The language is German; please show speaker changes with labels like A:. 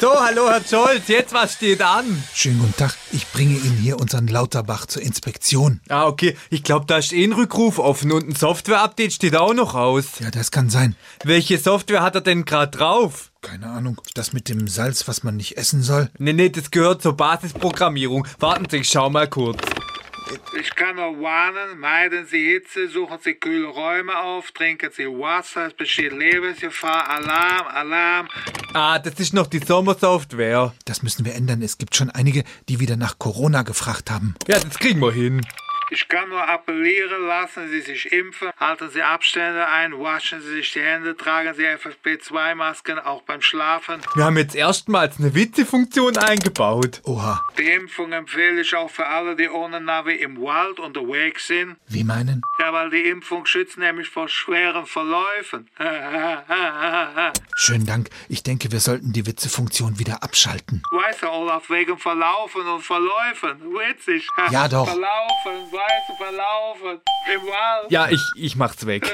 A: So, hallo Herr Scholz, jetzt was steht an?
B: Schönen guten Tag, ich bringe Ihnen hier unseren Lauterbach zur Inspektion.
A: Ah, okay, ich glaube, da ist eh ein Rückruf offen und ein Software-Update steht auch noch aus.
B: Ja, das kann sein.
A: Welche Software hat er denn gerade drauf?
B: Keine Ahnung, das mit dem Salz, was man nicht essen soll.
A: Nee, nee, das gehört zur Basisprogrammierung. Warten Sie, ich schau mal kurz.
C: Ich kann nur warnen, meiden Sie Hitze, suchen Sie kühle Räume auf, trinken Sie Wasser, es besteht Lebensgefahr, Alarm, Alarm.
A: Ah, das ist noch die Sommersoftware.
B: Das müssen wir ändern. Es gibt schon einige, die wieder nach Corona gefragt haben.
A: Ja, das kriegen wir hin.
C: Ich kann nur appellieren, lassen Sie sich impfen, halten Sie Abstände ein, waschen Sie sich die Hände, tragen Sie FFP2-Masken auch beim Schlafen.
A: Wir haben jetzt erstmals eine Witzefunktion eingebaut.
B: Oha,
C: Die Impfung empfehle ich auch für alle, die ohne Navi im Wald unterwegs sind.
B: wie meinen?
C: Ja, weil die Impfung schützt nämlich vor schweren Verläufen.
B: Schönen Dank. Ich denke, wir sollten die Witzefunktion wieder abschalten.
C: Weißt du, Olaf, wegen Verlaufen und Verläufen. Witzig.
B: Ja, doch.
C: Verlaufen, weißt du, Verlaufen. Im Wald.
A: Ja, ich, ich mach's weg.